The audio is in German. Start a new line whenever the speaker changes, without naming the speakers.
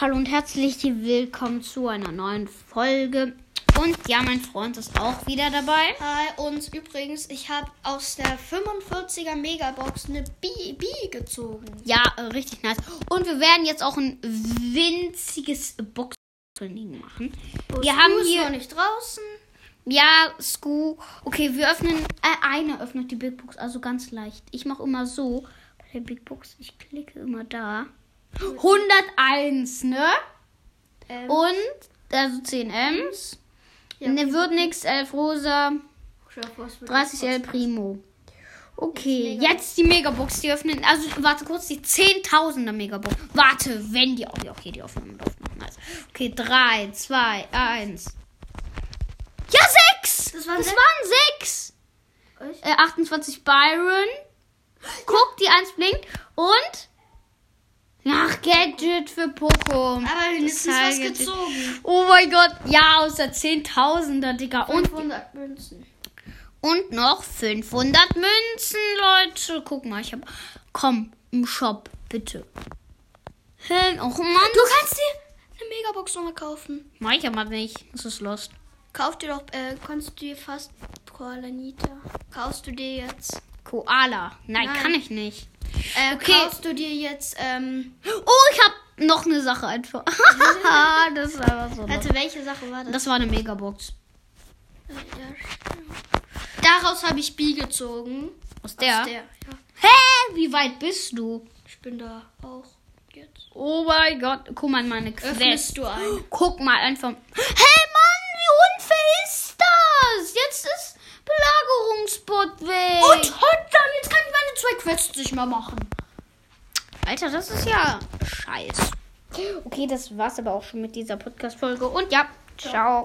Hallo und herzlich willkommen zu einer neuen Folge. Und ja, mein Freund ist auch wieder dabei.
Hi, Äh, und übrigens, ich habe aus der 45er Megabox eine B, B gezogen.
Ja, äh, richtig nice. Und wir werden jetzt auch ein winziges Boxopening machen. Wir
Scoop
haben
ist
hier-
noch nicht draußen.
Ja, Sku. Okay, wir öffnen. Äh, einer öffnet die Big Box, also ganz leicht. Ich mache immer so. Bei der Big Box, ich klicke immer da. 101, ne?
Ähm,
Und, also 10 Ms.
Ja,
ne, wird nix, 11 Rosa,
ich hoffe, es wird
30 El
nicht
Primo. Okay,
Jetzt
jetzt die
die Megabox.
Megabox, die öffnen. Also, warte kurz, die 10.000er Megabox. Warte, wenn die auch. Ja, okay, die Aufnahme läuft noch. Nice. Okay, 3, 2, 1. Ja, 6!
Das waren
das
sechs?
waren 6!
passen.
äh, 28 Byron. Guck, die 1 blinkt. Und. Ach, Gadget für Poco.
Aber wenigstens
Das
was
Gadget.
gezogen.
Oh mein Gott. Ja, aus der 10.000er, Digga. Und,
500 Münzen.
und noch 500 Münzen, Leute. Guck mal, ich hab. Komm, im Shop, bitte. Hä? Oh Mann.
Du kannst dir eine Megabox nochmal kaufen.
Mach ich aber nicht. Das ist lost.
Kauf dir doch, äh, kannst du dir fast Koalanita. Kaufst du dir jetzt?
Koala. Nein,
Nein.
kann ich nicht.
Äh,
Okay.
Kaufst du dir jetzt, ähm,
Oh, ich hab noch eine Sache einfach. das ist einfach so. lost.
warte, welche Sache war das? Äh,
Das war eine Megabox.
Ja, stimmt. Daraus habe ich B gezogen.
Aus
Aus
der?
der, ja.
Hä? Wie weit bist du?
Ich bin da auch jetzt.
Oh mein Gott. Guck mal in meine Quest.
Öffnest du ein?
Guck mal einfach. Hä, Mann, wie unfair ist das? Jetzt ist Belagerungsbot weg.
Und hot dann, jetzt kann ich meine zwei Quests nicht mehr machen.
Alter, das ist ja scheiße. Okay, das war's aber auch schon mit dieser Podcast-Folge. Und ja, ciao.